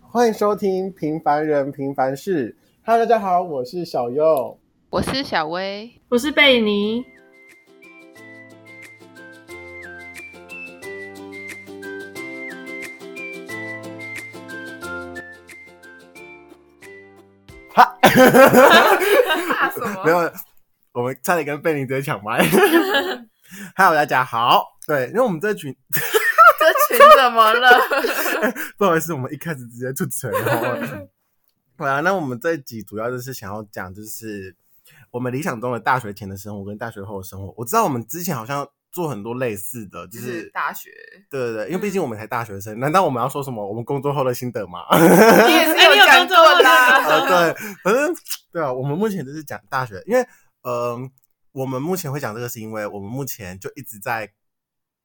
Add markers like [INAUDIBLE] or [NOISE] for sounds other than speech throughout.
欢迎收听《平凡人平凡事》。Hello，大家好，我是小优。我是小薇，我是贝尼。哈，怕什没？有，我们差点跟贝宁直接抢 [LAUGHS] 麦。Hello，大家好。对，因为我们这群这群怎么 [LAUGHS] 了？不好意思，我们一开始直接出成 [LAUGHS] 哦。好啊，那我们这一集主要就是想要讲，就是我们理想中的大学前的生活跟大学后的生活。我知道我们之前好像做很多类似的，就就是是大学，嗯对对对，因为毕竟我们才大学生，难道我们要说什么我们工作后的心得吗？你也哎是有讲过 [LAUGHS] 啦。 [LAUGHS] 呃，对，反正对啊，我们目前就是讲大学，因为嗯、呃我们目前会讲这个，是因为我们目前就一直在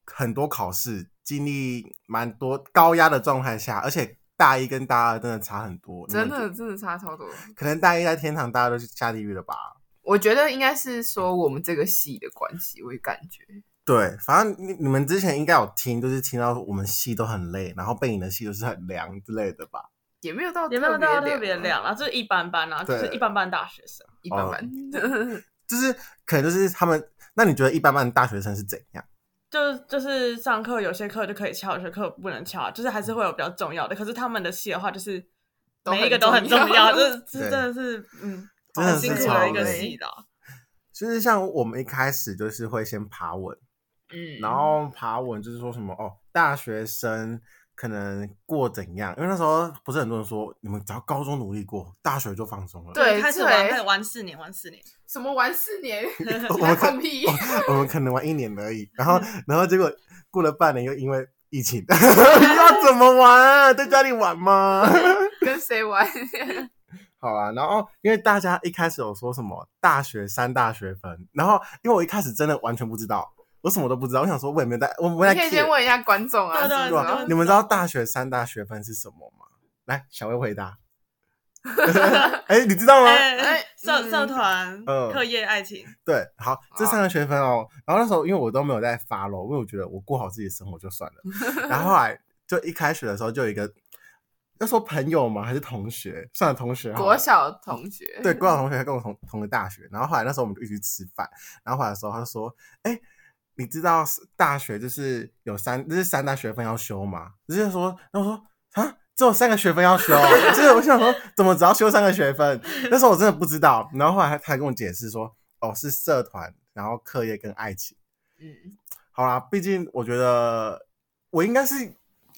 很多考试，经历蛮多高压的状态下，而且大一跟大二真的差很多，真的你们真的差超多，就，可能大一在天堂，大二都去下地狱了吧？我觉得应该是说我们这个系的关系，我感觉对，反正你你们之前应该有听，就是听到我们系都很累，然后背影的系都是很凉之类的吧？也没有到也没有到特别亮亮啊，啊，就是一般般啊，对就是一般般大学生。一般般。哦就是可能就是他们，那你觉得一般般的大学生是怎样？就就是上课有些课就可以翘，有些课不能翘，啊就是还是会有比较重要的。可是他们的戏的话，就是都很每一个都很重要，重要这 [LAUGHS] 这对真的是嗯，真很的辛是苦超的累一个戏的啊。就是像我们一开始就是会先爬文，嗯，然后爬文就是说什么哦，大学生可能过怎样？因为那时候不是很多人说，你们只要高中努力过，大学就放松了。对开始对玩，开始玩四年，玩四年，什么玩四 [LAUGHS] 年，我还们可放屁，哦我们可能玩一年而已，然后嗯然后结果过了半年又因为疫情， [LAUGHS] [LAUGHS] 不知道怎么玩，啊在家里玩吗？ [LAUGHS] 跟谁玩？好啊，然后因为大家一开始有说什么大学三大学分，然后因为我一开始真的完全不知道，我什么都不知道，我想说我也没有在，我没有在你可以 care 先问一下观众啊，对对是对不对是啊啊对你们知道大学三大学分是什么吗？来，小薇回答。 [LAUGHS] 哎、你知道吗？哎哎，嗯社社团、嗯课业、爱情，对，好，这三个学分哦。然后那时候因为我都没有在发咯，因为我觉得我过好自己的生活就算了。然后后来就一开学的时候就有一个，要说朋友吗？还是同学？算了，同学好了。国小 [LAUGHS] 同学，对，国小同学还跟我同同个大学，然后后来那时候我们就一起去吃饭，然后后来的时候他就说：“哎、你知道是大学就是有三，就是三大学分要修吗？”就是说，然后我说啊，只有三个学分要修哦， [LAUGHS] 就是我想说怎么只要修三个学分？那时候我真的不知道，然后后来他他还跟我解释说：“哦，是社团，然后课业跟爱情。嗯，”好啦，毕竟我觉得我应该是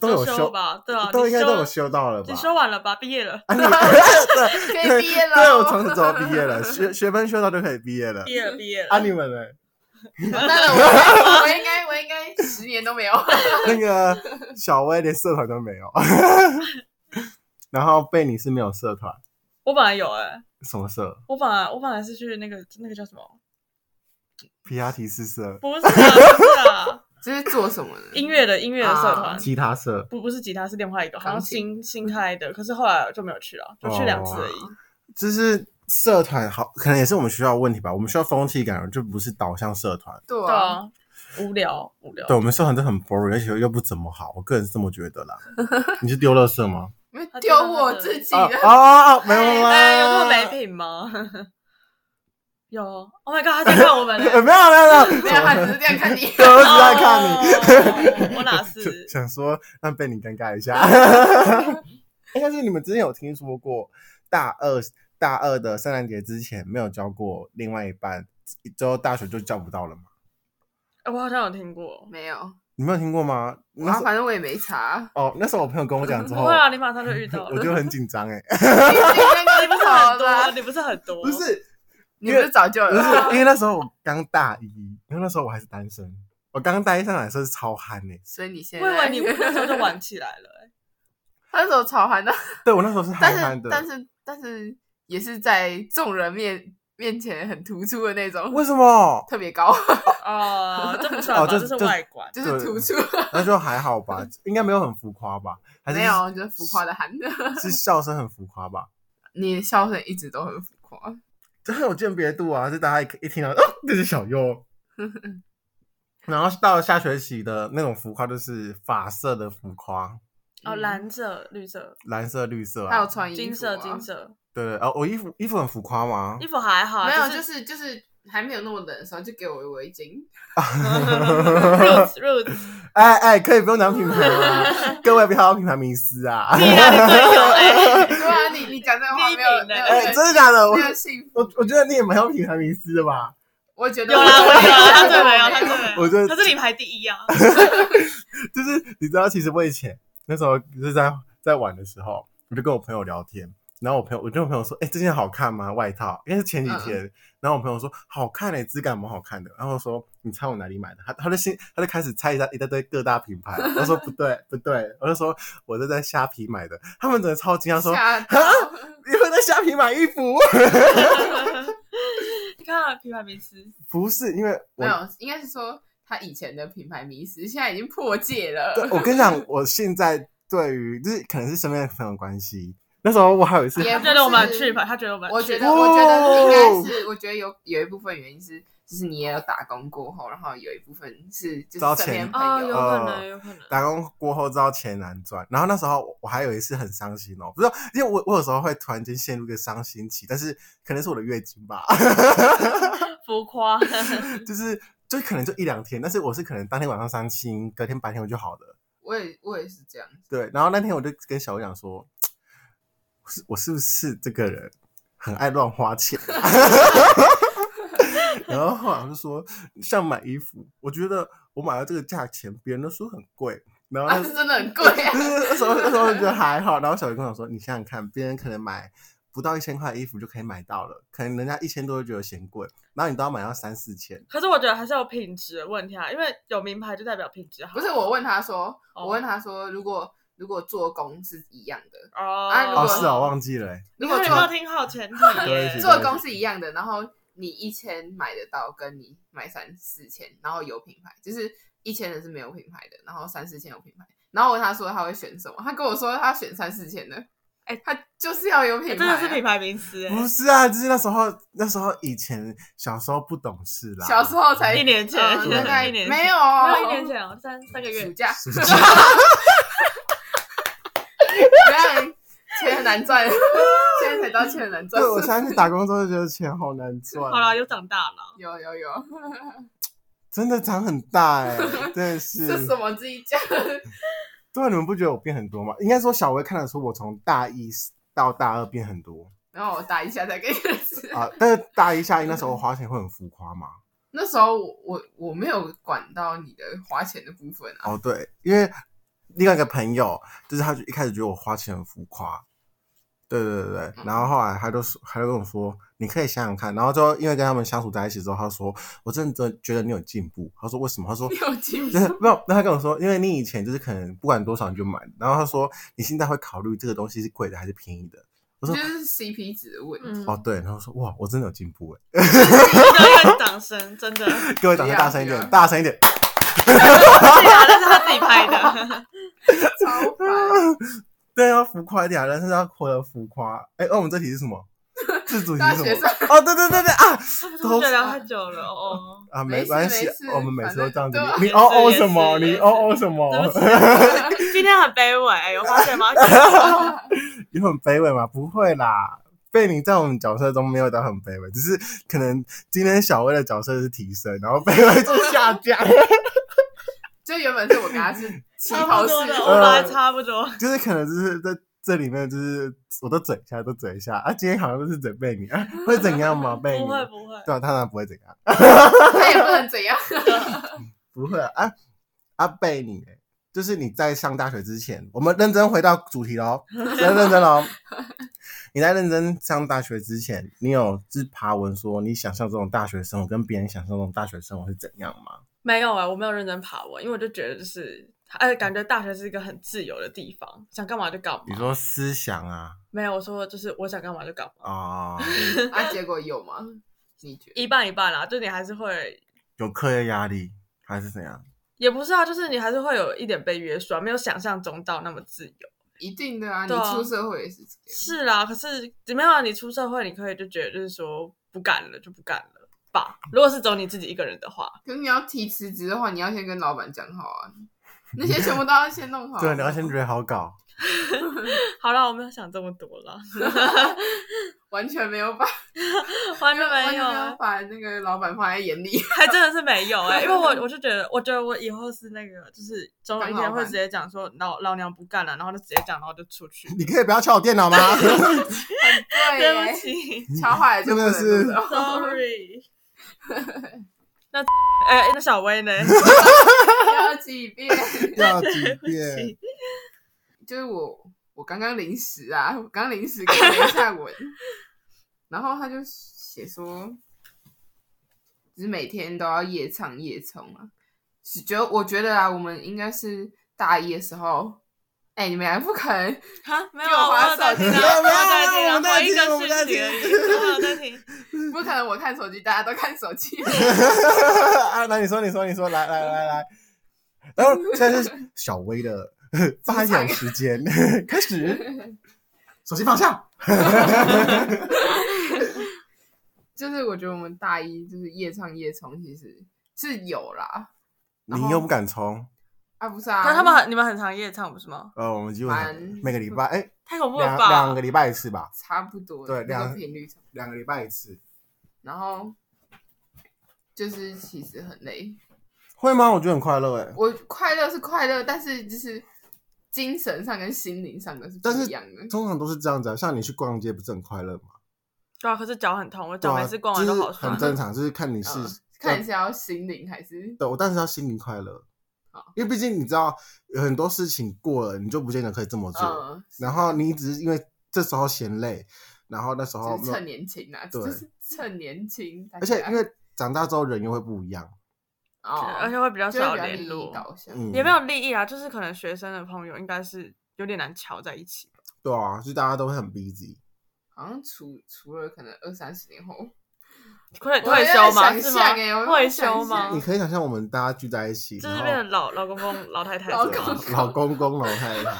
都有修吧，对啊，都你应该都有修，修到了吧？你修完了吧？毕业了， [LAUGHS] 啊，你对可以毕业了，对，我从此之后毕业了，学学分修到就可以毕业了毕。业了，毕业啊，了。你们呢？完蛋了，我我应该我 [LAUGHS] 应该十年都没有。那个小薇连社团都没有， [LAUGHS] 然后贝你是没有社团，我本来有哎，什么社？我本来我本来是去那个那个叫什么？皮亚提斯社、不是啊，不是啊。这是做什么呢？音乐的音乐的社团啊，吉他社，不不是吉他，是另外一个，好像钢琴新新开的，可是后来就没有去了，就去两次而已。就是社团好，可能也是我们学校的问题吧。我们学校风气感就不是导向社团，对对啊，啊，无聊无聊对。我们社团都很 boring，而且又不怎么好。我个人是这么觉得啦。你是丢垃圾吗？因为丢我自己啊的，啊，啊没有吗？哎，有这么没品吗？ [LAUGHS] 有，Oh my god，他在看我们嘞，呃 [LAUGHS] 没有没有没有，没有，他只是这样看你。我只在看你。你，哦 [LAUGHS] 我哪是就？想说让被你尴尬一下。 [LAUGHS] 哎但是你们之前有听说过大二大二的圣诞节之前没有交过另外一半，之后大学就交不到了吗？哎我好像有听过，没有，你没有听过吗？那然时后候。反正我也没查 [LAUGHS] 哦，那时候我朋友跟我讲之不后会，啊，你马上就遇到我了，就很紧张哎，你你不不是很啊多，，你不是很多，不是你不是早就有不是了？，因为那时候我刚大一，因为那时候我还是单身，我刚大一上来的时候是超憨哎， [LAUGHS] 所以你现我以在， [LAUGHS] 为你那时候就玩起来了，哎 [LAUGHS] 他那时候超憨的，对我那时候是但憨憨是的，但是但是也是在众人面面前很突出的那种，为什么？特别高， [LAUGHS] 哦，这不算哦吧，这这是这外观，就是突出，那就还好吧，应该没有很浮夸吧？还是没有就是浮夸的憨的。 [LAUGHS] 是笑声很浮夸吧？你的笑声一直都很浮夸，这很有鉴别度啊！就大家一一听到，哦，这是小优。然后到了下学期的那种浮夸，就是法式的浮夸，哦，嗯蓝色、绿色、蓝色、绿色、啊，他有穿衣服、啊，金色、金，色，对对，呃，我、衣服衣服很浮夸吗衣？服还好啊，没有，就就是是就是还没有那么冷的时候，就给我围巾。 [LAUGHS] roots [LAUGHS] [LAUGHS] roots， [LAUGHS] 哎哎，可以不用讲品牌吗？各位不要有品牌迷思啊！ [LAUGHS] 你啊你最有哎，对啊，你你讲这话没有批评的没有哎，真的假的？我没有幸福，我我觉得你也蛮有品牌迷思的吧？我觉得有啦，我有啦，他最没有，他最没有，我觉得他是品牌第 [LAUGHS] 一啊，就是你知道，其实我以前那时候就是在在玩的时候，我就跟我朋友聊天，然后我朋友我就跟我朋友说，哎、这件好看吗？外套，因为是前嗯几天，然后我朋友说好看嘞、质感蛮好看的，然后我说你猜我哪里买的？他他就先他就开始猜一大一大堆各大品牌，我说不对不对，我就说我是在虾皮买的，他们真的超惊讶说。吓啊到！！你会在虾皮买衣服？ [LAUGHS] 你看啊品牌名词，不是，因为没我有，应该是说他以前的品牌迷失，现在已经破戒了。对，我跟你讲，我现在对于就是可能是身边的朋友关系，那时候我还有一次也他觉得我们很 cheap，他觉得我们很我觉哦 cheap 得，我觉得应该是，我觉得有有一部分原因是，就是你也有打工过后，然后有一部分是就招是身边钱哦，朋有友，可能，有可能，打工过后知道钱难赚，然后那时候我我还有一次很伤心哦，不是，因为我我有时候会突然间陷入一个伤心期，但是可能是我的月经吧， [LAUGHS] 浮夸， [LAUGHS] 就是就可能就一两天，但是我是可能当天晚上伤心，隔天白天我就好了，我也我也是这样。对，然后那天我就跟小吴讲说，我是我是不是这个人很爱乱花钱、 [LAUGHS] 啊？然后后来我就说，像买衣服，我觉得我买到这个价钱，别人都说很贵，然哦后那啊， [LAUGHS] 是真的很贵啊就！ [LAUGHS] 是那时候那时候觉得还好，然后小鱼跟我说：“你想想看，别人可能买不到一千块的衣服就可以买到了，可能人家一千多就觉得嫌贵，然后你都要买到三四千。可是我觉得还是有品质的问题啊，因为有名牌就代表品质好。不是我问他说，哦我问他说，如果如果做工是一样的，哦，啊如果哦，是哦，忘记了欸、你如看果你做没有听好前提对不耶起，做工是一样的，然后你一千买得到，跟你买三四千，然后有品牌，就是一千的是没有品牌的，然后三四千有品牌。然后我问他说他会选什么，他跟我说他选三四千的，哎、他就是要有品牌、哎啊真的是品。牌名词耶，不是啊，就是那时候那时候以前小时候不懂事啦，啊小时候才一年前嗯大概一年前没有没哦有一年前哦，三三个月 [LAUGHS] 暑，假，暑假 [LAUGHS] 原来钱很难赚，现在才知道钱很难赚对。我现在去打工之后就觉得钱好难赚，好啦，又长大了。 [LAUGHS] 有有有，真的长很大 [LAUGHS] 哎、真的是这。什么自己讲？对啊，你们不觉得我变很多吗？应该说小薇看得出我从大一到大二变很多 [LAUGHS] 然后我打一下再给你吃。啊、但是大一下一那时候花钱会很浮夸嘛。那时候我我我没有管到你的花钱的部分啊，哦，对，因为另外一个朋友，就是他就一开始觉得我花钱很浮夸，对对对对，嗯然后后来他就说，他就跟我说，你可以想想看，然后就因为跟他们相处在一起之后，他说，我真的觉得你有进步，他说为什么？他说 [LAUGHS] 你。有进就是步。没有，那他跟我说，因为你以前就是可能不管多少你就买，然后他说你现在会考虑这个东西是贵的还是便宜的。我就说是 CP 值的问题，嗯，哦，对，然后说哇，我真的有进步哎，应该掌声，真的。 [LAUGHS] 各位掌声大声一对点，啊大声一点。那是他自己拍 [LAUGHS] 的，超啊烦。对，要浮夸一点啊，人生要活得浮夸。哎，哦，我们这题是什 [LAUGHS] 么？这主题大是什学么？生 [LAUGHS] 哦，对对对对啊我觉得太久了哦。 [LAUGHS] 啊，没没事关没系事，我们每次都这样子反。正你你对哦啊哦也是什么？也你是哦哦什对么不？起，今天很卑微，有发现吗？ [LAUGHS] 你很卑微吗？不会啦，被你在我们角色中没有到很卑微，只是可能今天小薇的角色是提升，然后 [LAUGHS] 卑微是下降，就原本是我跟他 [LAUGHS] 是起差不跑多式的，的，我 [LAUGHS] 本嗯来差不多。就是可能就是在这里面就是我都整一下，都整一下啊，今天好像都是整贝你啊，会怎样吗？贝 [LAUGHS] 不你？会不会，对啊，当然不会怎样，他也不能怎样。不会啊啊啊贝你欸。就是你在上大学之前，我们认真回到主题喽，认认真喽。你在认真上大学之前，你有自爬文说你想象这种大学生活跟别人想象这种大学生活是怎样吗？没有哎、我没有认真爬文，因为我就觉得就是，哎、感觉大学是一个很自由的地方，想干嘛就干嘛。你说思想啊没有，我说就是我想干嘛就干嘛，啊、啊，结果有吗？你觉得？一半一半啦、就你还是会。有课业压力还是怎样？也不是啊，就是你还是会有一点被约束啊，没有想象中到那么自由。一定的啊，你对啊出社会也是这样。是啦，可是怎么样？你出社会，你可以就觉得就是说不干了就不干了吧。如果是走你自己一个人的话，可是你要提辞职的话，你要先跟老板讲好啊。那些全部都要先弄好。啊对，你要先觉得好搞，好了，我没有想这么多了，完全没有把完全完没全有没有啊，把那个老板放在眼里。还真的是没有哎、因为 [LAUGHS] 我我是觉得，我觉得我以后是那个，就是总有一天会直接讲说老老娘不干了，然后就直接讲，然后就出去。你可以不要敲我电脑吗？ [LAUGHS] [LAUGHS] 对对不 [LAUGHS] 耶，起敲坏了就不真能的是录 [LAUGHS] 了 [LAUGHS] ，sorry。那哎、那小薇 [LAUGHS] 呢？啊要几遍？要几对不遍？起，就是我我刚刚临时啊，我刚临时看了一下 [LAUGHS] 文，然后他就写说，就是每天都要夜唱夜冲啊。是觉得我觉得啊，我们应该是大一的时候，哎、你们俩不肯，哈，没有，给我我划有在手听机啊，我有在听没有啊，我在回一听个我在讯息听而已，我有在听。不可能我看手机，大家都看手机。啊，那你说，你说，你说，来来来来，然后现在是小薇的发言时间，开始，手机放下， [LAUGHS] 就是我觉得我们大一就是夜唱夜冲，其实是有啦。然后你又不敢冲，啊，不是啊，那他们很你们很常夜唱不是吗？呃，我们基本上蛮每个礼拜，哎，太恐怖了两两吧个！礼拜一次吧，差不多对那两个频率差不多，两个礼拜一次，然后就是其实很累。会吗？我觉得很快乐，哎，我快乐是快乐，但是就是精神上跟心灵上的是不但是一样的。通常都是这样子啊，像你去逛街不是很快乐吗？对啊，可是脚很痛，我对脚啊，每次逛完就都是好酸很。正常，就是看你是嗯看是要心灵还是对，我但是要心灵快乐好，因为毕竟你知道有很多事情过了，你就不见得可以这么做。嗯，然后你只是因为这时候嫌累，然后那时候没就是有趁年轻啊，对就是趁年轻，啊而且因为长大之后人又会不一样，哦， [LAUGHS] 而且会比较就会少比较利联益络，导向，嗯，也没有利益啊，就是可能学生的朋友应该是有点难瞧在一起吧。对啊，就大家都会很 busy。好像除除了可能二三十年后，退我退也在休吗？想是象欸我吗？退也在休想吗你？可以想象我们大家聚在一起，就是然变后啊成老老公公、老太太 [LAUGHS] 老是吗公老公公老太太，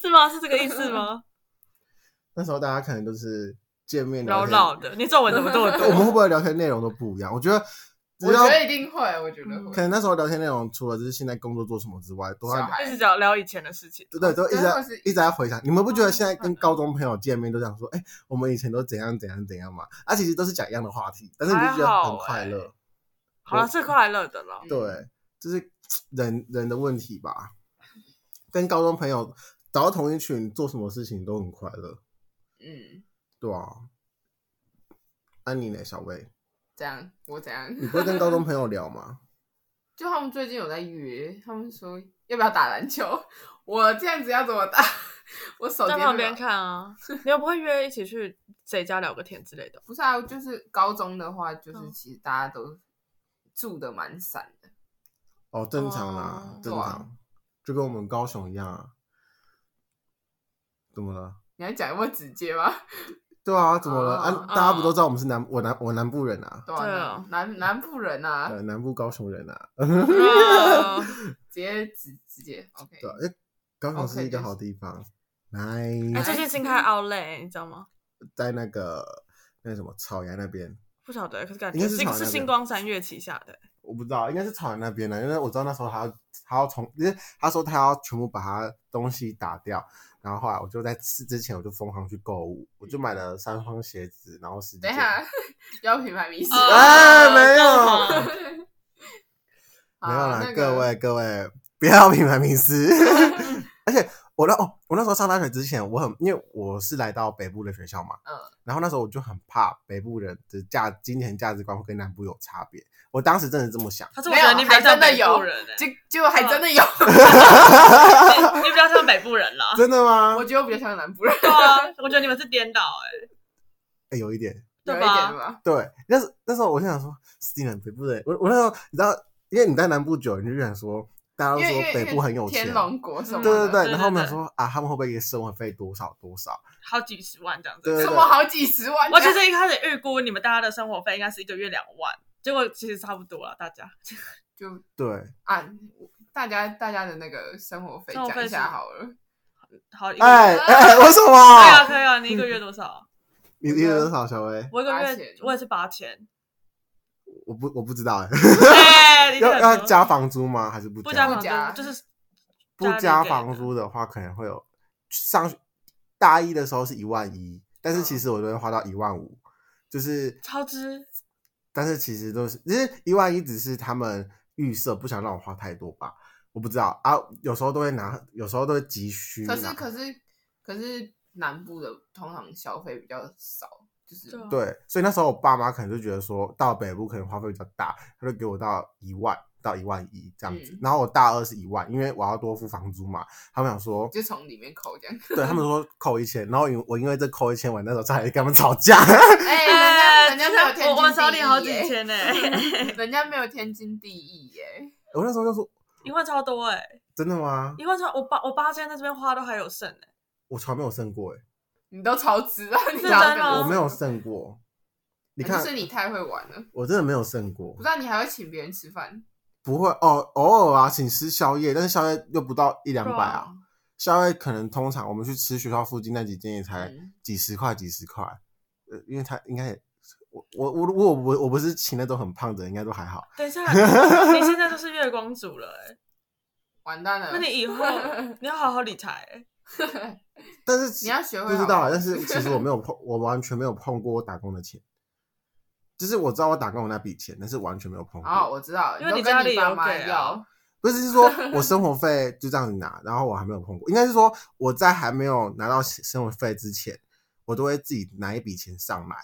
是吗？是这个意 [LAUGHS] 思吗？那时候大家可能都是见面聊老天老的，你皱纹怎么这么我们多？会不会聊天内容都不一样？我觉得只我要嗯觉得一定会，我觉得可会，能那时候聊天内容除了就是现在工作做什么之外，都小要孩一直聊聊以前的事情。对对，都一直或在是一直在回想。你们不觉得现在跟嗯高中朋友见面都想说，哎、我们以前都怎样怎样怎样嘛？啊，其实都是讲一样的话题，但是你就觉得很快乐。好了，是快乐的了。嗯对，就是人人的问题吧。跟高中朋友找到同一群，做什么事情都很快乐，嗯，对啊。安妮呢，小薇，这样我怎样？你不会跟高中朋友聊吗？就他们最近有在约，他们说要不要打篮球？ [LAUGHS] 我这样子要怎么打？ [LAUGHS] 嗯我手机在没有旁边看 [LAUGHS] 啊，你又不会约一起去谁家聊个天之类的？不是啊，就是高中的话，就是嗯其实大家都住的蛮散的，哦，正常啦，哦正对啊常，就跟我们高雄一样啊。怎么了？你要讲那么直接吗？对啊，怎么了？啊，哦大家不都知道我们是南我南我南部人啊，对啊，对啊南南部人啊，对，南部高雄人啊，啊直接直直接 OK，对，哎，高雄是 OK，一个就是好地方。哎，来，最近新开 Outlet，你知道吗？在那个那个什么草芽那边，不晓得，可是感应觉该是是草是那边星光三月旗下的。我不知道，应该是草芽那边的，啊因为我知道那时候他要他要从，因为他说他要全部把他东西打掉，然后后来我就在吃之前我就疯狂去购物，我就买了三双鞋子，然后十几等一件。下 [LAUGHS] 要品牌迷失，啊哎没有哦 [LAUGHS] 干嘛 [LAUGHS] 好啊没有啦，那个各位各位，不要品牌迷 [LAUGHS] 失。而且我那哦，我那时候上大学之前，我很因为我是来到北部的学校嘛，嗯，然后那时候我就很怕北部人的价金钱价值观会跟南部有差别，我当时真的这么想。可是我觉得你比较像北部人欸，结结果还真的有，啊你 [LAUGHS] 你比较像北部人啦。真的吗啊我？觉得我比较像南部人，对啊， [LAUGHS] 我觉得你们是颠倒哎、哎、有一点。有对一吧点吧。对，那时那时候我就想说，斯蒂人北部人，我我那时候你知道，因为你在南部久，你就想说，大家都因为说因为北部很有钱天，龙国什么对的，对对对，然后我们对想说啊，他们会不会给生活费多少多少？好几十万这样子。对对什对么好几十万的，我其实一开始预估你们大家的生活费应该是一个月两万，结果其实差不多了，大家就对，啊，大家大家的那个生活费生活费讲一下是好了，好一个哎嗯月。哎哎，为什可以啊，么？可以啊，你一个月多少？你你有多少，小薇？我一个八 [LAUGHS] 千月我也是八千，欸我不我不知道哎、哎，你要很要多加房租吗？还是不不加加？房不加租就是不家里加给房的租的话，可能会有上学大一的时候是一万一，但是其实我都会花到一万五，就是超支。但是其实都是，只是一万一只是他们预设不想让我花太多吧，我不知道啊，有时候都会拿，有时候都会急需拿。可是可是可是南部的通常消费比较少，就是对啊对，所以那时候我爸妈可能就觉得说，到北部可能花费比较大，他就给我到一万到一万一这样子。嗯然后我大二是一万，因为我要多付房租嘛。他们想说，就从里面扣这样。对 [LAUGHS] 他们说扣一千，然后因我因为这扣一千，我那时候差点跟他们吵架。 [LAUGHS] 哎、 [LAUGHS] 人家人家没有天经地呃我义、我少你好几，千 [LAUGHS] 呢，人家没有天经地义耶。我那时候就说，一万超多哎，真的吗？一万超我八我八千在这边花都还有剩哎，我从来没有胜过哎、你都超值 [LAUGHS] 了，你是哪真的有吗我没有胜过。你看啊就，是你太会玩了。我真的没有胜过不知，道你还会请别人吃饭，不会哦，偶尔啊，请吃宵夜，但是宵夜又不到一两对百啊啊，宵夜可能通常我们去吃学校附近那几间也才嗯几十块几十块，呃，因为他应该也我我我如果我我不是请那种很胖的，应该都还好。等一 [LAUGHS] 下，你现在就是月光族了哎，完蛋了。那你以后你要好好理财哎，但是 [LAUGHS] 你要学会不知道好啊，玩但是其实我没有 [LAUGHS] 碰，我完全没有碰过我打工的钱，就是我知道我打工的那笔钱，但是完全没有碰过。哦，我知道，因为都你跟家里爸有妈给啊要，不是， [LAUGHS] 是说我生活费就这样子拿，然后我还没有碰过。应该是说我在还没有拿到生活费之前，我都会自己拿一笔钱上来。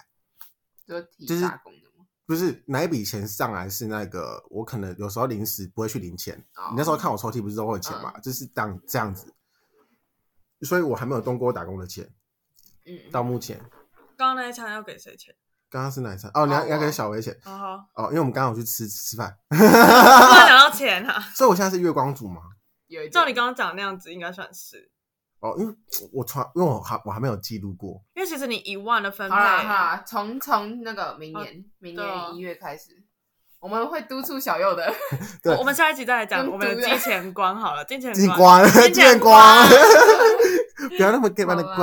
就提就是打工的嘛。不是哪一笔钱上来是那个，我可能有时候临时不会去领钱。哦你那时候看我抽屉不是都会有钱嘛，嗯就是这样这样子，所以我还没有动过我打工的钱。嗯，到目前，刚刚那一餐要给谁钱？刚刚是哪一餐？哦，你哦要我要给小薇钱好好， [LAUGHS] 哦，因为我们刚刚有去吃吃饭，突然讲到钱啊，所以我现在是月光族嘛。有一照点你刚刚讲那样子应该算是，哦，因为我从因为我还我还没有记录过，因为其实你一万的分配好啦好啦，从从那个明年、明对啊年一月开始，我们会督促小右的，对我我们下一集再来讲用我们的读的金钱观好了，金钱进观，关金钱见观光， [LAUGHS] 不要那么 gay 般的好啦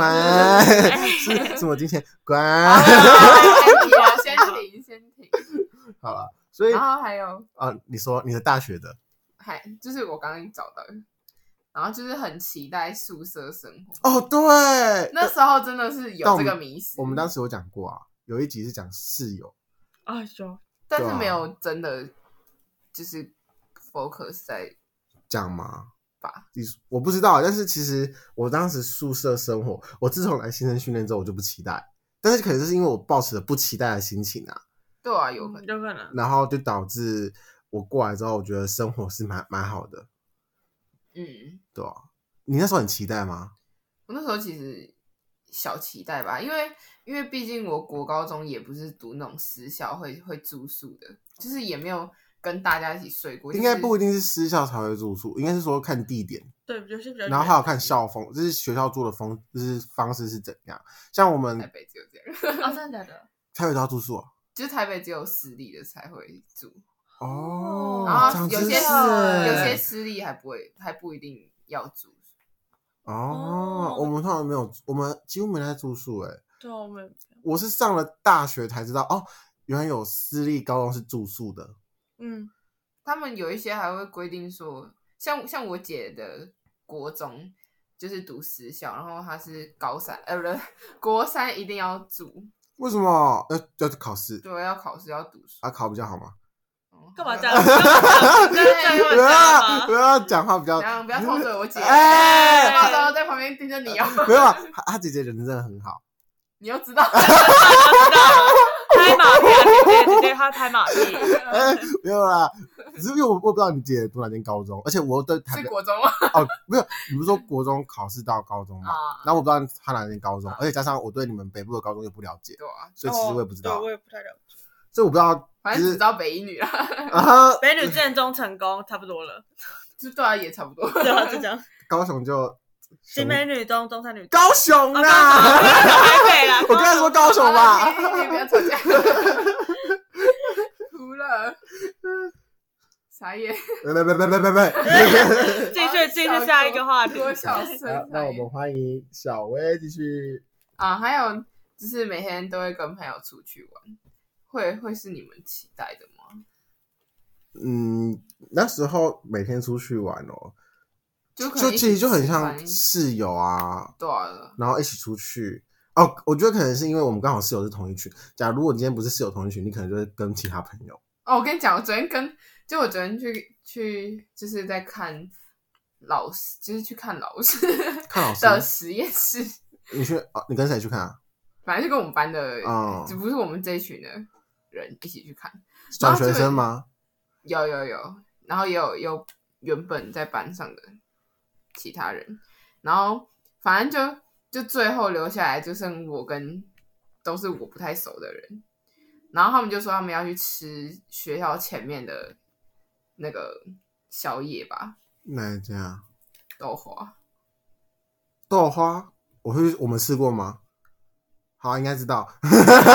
关，是是我今天关先停啊先停先停，好了，所以然后还有啊，你说你的大学的还就是我刚刚找到的，然后就是很期待宿舍生活。哦，对，那时候真的是但有我这们个迷思，我们当时有讲过啊，有一集是讲室友，哎呦，但对是啊没有真的就是 focus 在讲吗？吧，你我不知道，但是其实我当时宿舍生活，我自从来新生训练之后，我就不期待。但是可能就是因为我抱持了不期待的心情啊，对啊，有可能。有可能，然后就导致我过来之后，我觉得生活是蛮蛮好的，嗯，对吧、你那时候很期待吗？我那时候其实小期待吧，因为因为毕竟我国高中也不是读那种私校会会住宿的，就是也没有跟大家一起睡过，应该不一定。定是私校才会住宿，应该是说看地点。对，有些比较，然后还有看校风，就是学校住的风，就是方式是怎样。像我台们北只有这样， [LAUGHS] 啊，真的假的？台北都要住宿啊就是台北只有私立的才会住，哦，然后长有知些识有欸些私立还不会，还不一定要住。哦哦，我们通常没有，我们几乎没在住宿哎、对啊，我们我是上了大学才知道哦，原来有私立高中是住宿的嗯，他们有一些还会规定说，像像我姐的国中就是读私校，然后她是高三，呃，不是 [LAUGHS] 国三一定要住，为什么要要考试对，要考试要读书。啊？考比较好吗？哦干嘛这样？[LAUGHS] [LAUGHS] 干嘛这 [LAUGHS] 样不干嘛要这不样？要讲话比较啊怎，样？不 [LAUGHS] 要偷嘴我姐，哎她到时候在旁边盯着你哦。没有啊，他他姐姐人真的很好， [LAUGHS] 你要知道，拍马屁啊，姐姐姐姐，她拍马 [LAUGHS] 屁，哎、没有啦，只是因为我我不知道你姐读哪间高中，而且我对台是北国中 [LAUGHS] 吗？哦，没有，你不是说国中考试到高中吗？啊，然后我不知道他哪间高中，而且加上我对你们北部的高中又不了解，对啊，所以其实我也不知道，对我也不太了解。所以我不知 [LAUGHS] 道反正只知道北一女啦，啊。美女建中成功，差不多了，就对啊，也差不 [LAUGHS] 多。对啊，就这样。高雄就新美女中，中山女中，高雄哦高雄啊！台北啦， [LAUGHS] 我刚才说高雄好吧 [LAUGHS] 啦，你你不要吵架，哭了，傻眼。别别别别别高雄继续继续下一个话题，多小声好，那我们欢迎小薇继续。啊，还有就是每天都会跟朋友出去玩，会会是你们期待的吗？嗯，那时候每天出去玩哦，就可就能一其实起就很吃像饭室友啊，对啊，然后一起出去。哦，我觉得可能是因为我们刚好室友是同一群。假如我今天不是室友同一群，你可能就会跟其他朋友。哦，我跟你讲，我昨天跟就我昨天去去就是在看老师，就是去看老师看老师，的实验室，你去哦，你跟谁去看啊？反正就跟我们班的，哦只不是我们这一群的人一起去看，然转后学这个生吗？有有有，然后也有有原本在班上的其他人，然后反正就就最后留下来就剩我跟都是我不太熟的人，然后他们就说他们要去吃学校前面的那个宵夜吧，那这样豆花。豆花，我会我们试过吗？好，应该知道。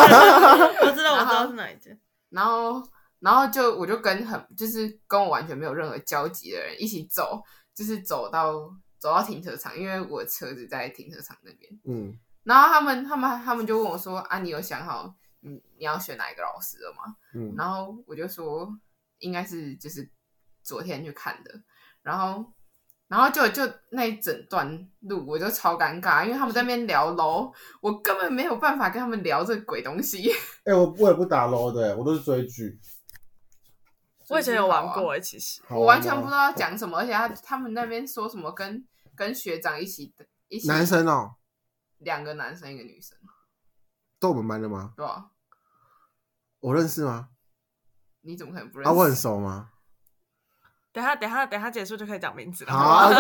我知道，我知道是哪一间。然后，然后就我就跟很就是跟我完全没有任何交集的人一起走，就是走到走到停车场，因为我车子在停车场那边。嗯，然后他们他们他们就问我说：“啊，你有想好你你要选哪一个老师了吗嗯？”，然后我就说：“应该是就是昨天去看的。”然后然后就就那一整段路我就超尴尬，因为他们在那边聊楼，我根本没有办法跟他们聊这鬼东西。哎、我我也不打 low 的，我都是追剧。我以前有玩过啊，哎，其实好啊我完全玩吗不知道要讲什么，而且他他们那边说什么跟跟学长一起一起男生哦、两个男生一个女生，都我们班的吗？对吧？我认识吗？你怎么可能不认识？啊，我很熟吗？等一下等一下等一下结束就可以讲名字了。好好 [LAUGHS] 啊，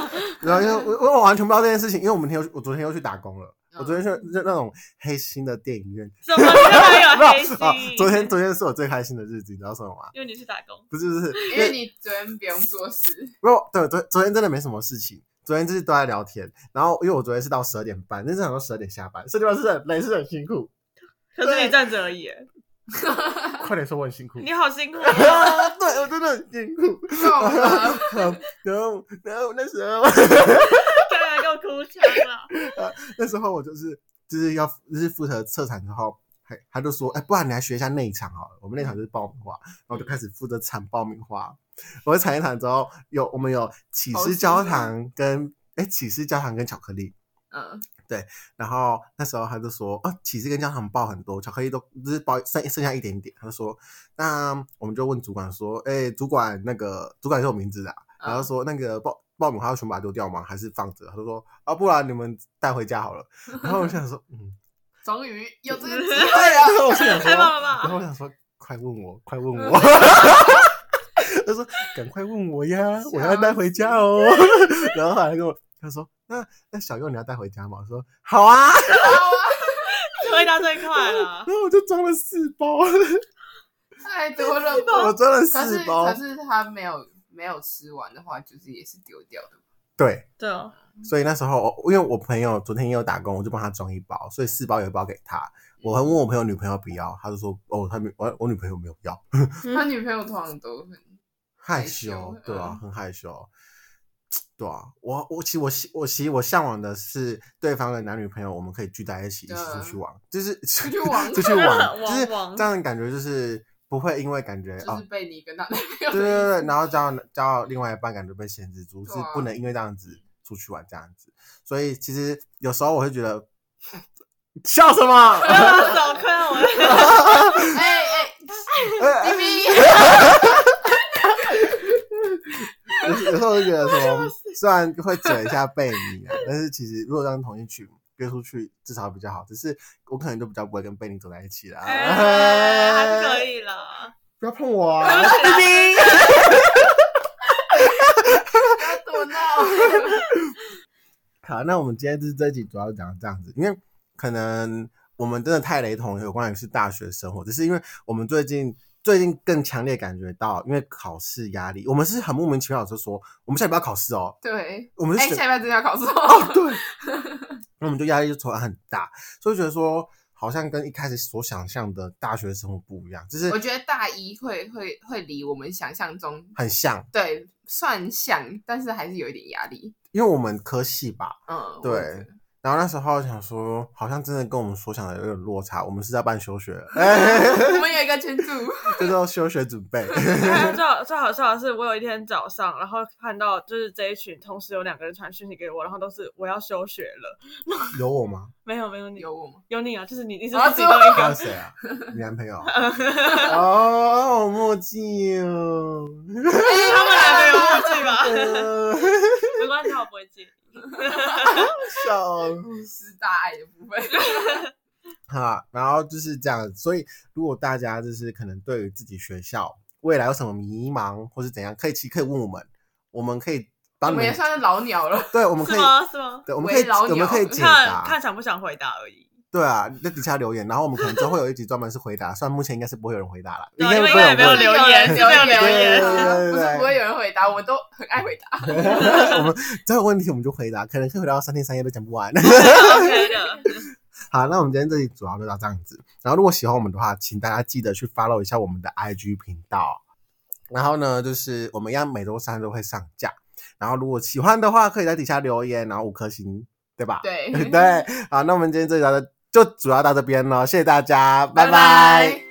吗 [LAUGHS] 然后因为我因为我完全不知道这件事情，因为我们天又去我昨天又去打工了，嗯我昨天去那那种黑心的电影院，怎么这么有黑心？啊， [LAUGHS] 昨天昨天是我最开心的日子，你知道什么吗？因为你去打工，不是不是，因为你昨天不用做事。 [LAUGHS] 不是我对昨昨天真的没什么事情，昨天就是都在聊天，然后因为我昨天是到十二点半，但是想说十二点下班，十二点半是很累，是很辛苦，可是你站着而已耶，快点说我很辛苦，你好辛苦哦。啊， [LAUGHS] 对我真的很辛苦，干嘛然后然后那时候。 [LAUGHS] 对啊，给我哭腔了。那时候我就是就是要就是负责测产之后，还他就说，哎、不然你来学一下内场好了。我们内场就是爆米花，然后就开始负责产爆米花。我产一场之后，有我们有起司焦糖跟哎起司焦糖跟巧克力。嗯，然后那时候他就说，哦，起司跟焦糖爆很多，巧克力都就是爆剩剩下一点点。他就说，那我们就问主管说，哎、主管那个主管是有名字的啊、然嗯后说那个爆爆米花要全部把它丢掉吗？还是放着？他就说啊，不然你们带回家好了。然后我想说，嗯，终于有这个机对会呀、啊，我是想说，太棒了吧然 [LAUGHS] 后我想说，快问我，快问我。 [LAUGHS] 他说：“赶快问我呀，我要带回家哦。” [LAUGHS] 然后后来跟我他说：“那那小佑你要带回家吗？”我说：“好啊。回答最快”了然。后我就装了四包，太多 [LAUGHS] 哎了我吧？装了可四哦是包可。是他没有没有吃完的话，就是也是丢掉的。 [LAUGHS] 对，对哦，所以那时候因为我朋友昨天也有打工，我就帮他装一包，所以四包有一包给他。我还问我朋友女朋友要不要，他就说：“哦，他没我我女朋友没有要。”嗯他女朋友通常都很害害羞羞，对啊，嗯很害羞，对啊，我我其实我希我其实我向往的是对方的男女朋友，我们可以聚在一起，一对啊起出去玩，就是 [LAUGHS] 出 [LAUGHS] 去玩出去玩，玩就是玩这样的感觉，就是不会因为感觉就啊是，被你跟他男朋对友对对，然后交到交到另外一半感觉被限制住，是对啊不能因为这样子出去玩这样子，所以其实有时候我会觉得 [LAUGHS] 笑什么？不要走开啊，我哎哎，咪咪，有时有时候我就觉得说，虽然会嘴一下被你啊，但是其实如果让同一群约出去，至少比较好。只是我可能就比较不会跟贝宁走在一起啦。 [LAUGHS] 哎还是可以 [LAUGHS] 啦。不要碰我啊！不要 [LAUGHS] 躲闹。好，那我们今天就是这一集主要讲这样子，因为可能我们真的太雷同，有关于是大学生活，只是因为我们最近最近更强烈感觉到，因为考试压力，我们是很莫名其妙的就说，我们下礼拜要考试哦，对，我们哎，是选下礼拜真的要考试哦，哦。 [LAUGHS] 对，那我们就压力就突然很大，所以觉得说好像跟一开始所想象的大学生活不一样，就是我觉得大一会会会离我们想象中很像，对算像，但是还是有一点压力。因为我们科系吧，嗯，我对也觉得 [LAUGHS] 然后那时候想说，好像真的跟我们所想的有点落差，我们是在办休 [LAUGHS] 学， [LAUGHS] 我们有一个群组，这叫休学准备。 [LAUGHS] 最好最好笑的是，我有一天早上，然后看到就是这一群，同时有两个人传讯息给我，然后都是我要休学了。有我吗？没有没有你有我吗？有你啊，就是你你是啊自己都一还有个，谁啊？你男朋 [LAUGHS] 友？哦，好墨迹哦。 [LAUGHS] 他们两个有默契吧？呃 [LAUGHS] 没关系，我不会介意。笑嗯是大爱的部分。哈，然后就是这样，所以如果大家就是可能对于自己学校未来有什么迷茫或是怎样，可以其实可以问我们，我们可以帮我你们也们，算是老鸟了，对，我们可是以，吗？是吗？对，我们可以围老，我们可以鸟解看答，看想不想回答而 [LAUGHS] 已。对啊，你在底下留言，然后我们可能之后会有一集专门是回答，虽然目前应该是不会有人回答了，对该因为不会也没有人问留言有人没有留言对对对对对不是不会有人回答，我们都很爱回答。 [LAUGHS] 我们只要有问题我们就回答，可能可以回答到三天三夜都讲不完。 OK 的，好，那我们今天这里主要就到这样子。然后如果喜欢我们的话，请大家记得去 follow 一下我们的 IG 频道。然后呢，就是我们一样每周三都会上架。然后如果喜欢的话，可以在底下留言，然后五颗星， [LAUGHS] 对吧？对对，好，那我们今天这里到这就主要到这边了，谢谢大家，拜拜拜。